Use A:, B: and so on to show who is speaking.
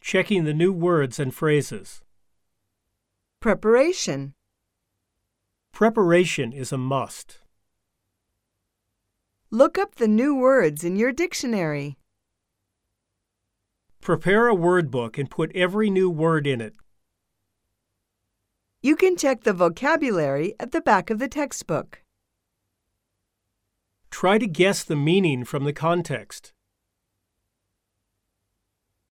A: checking the new words and phrases.
B: Preparation.
A: Preparation is a must.
B: Look up the new words in your dictionary.
A: Prepare a word book and put every new word in it.
B: You can check the vocabulary at the back of the textbook.
A: Try to guess the meaning from the context.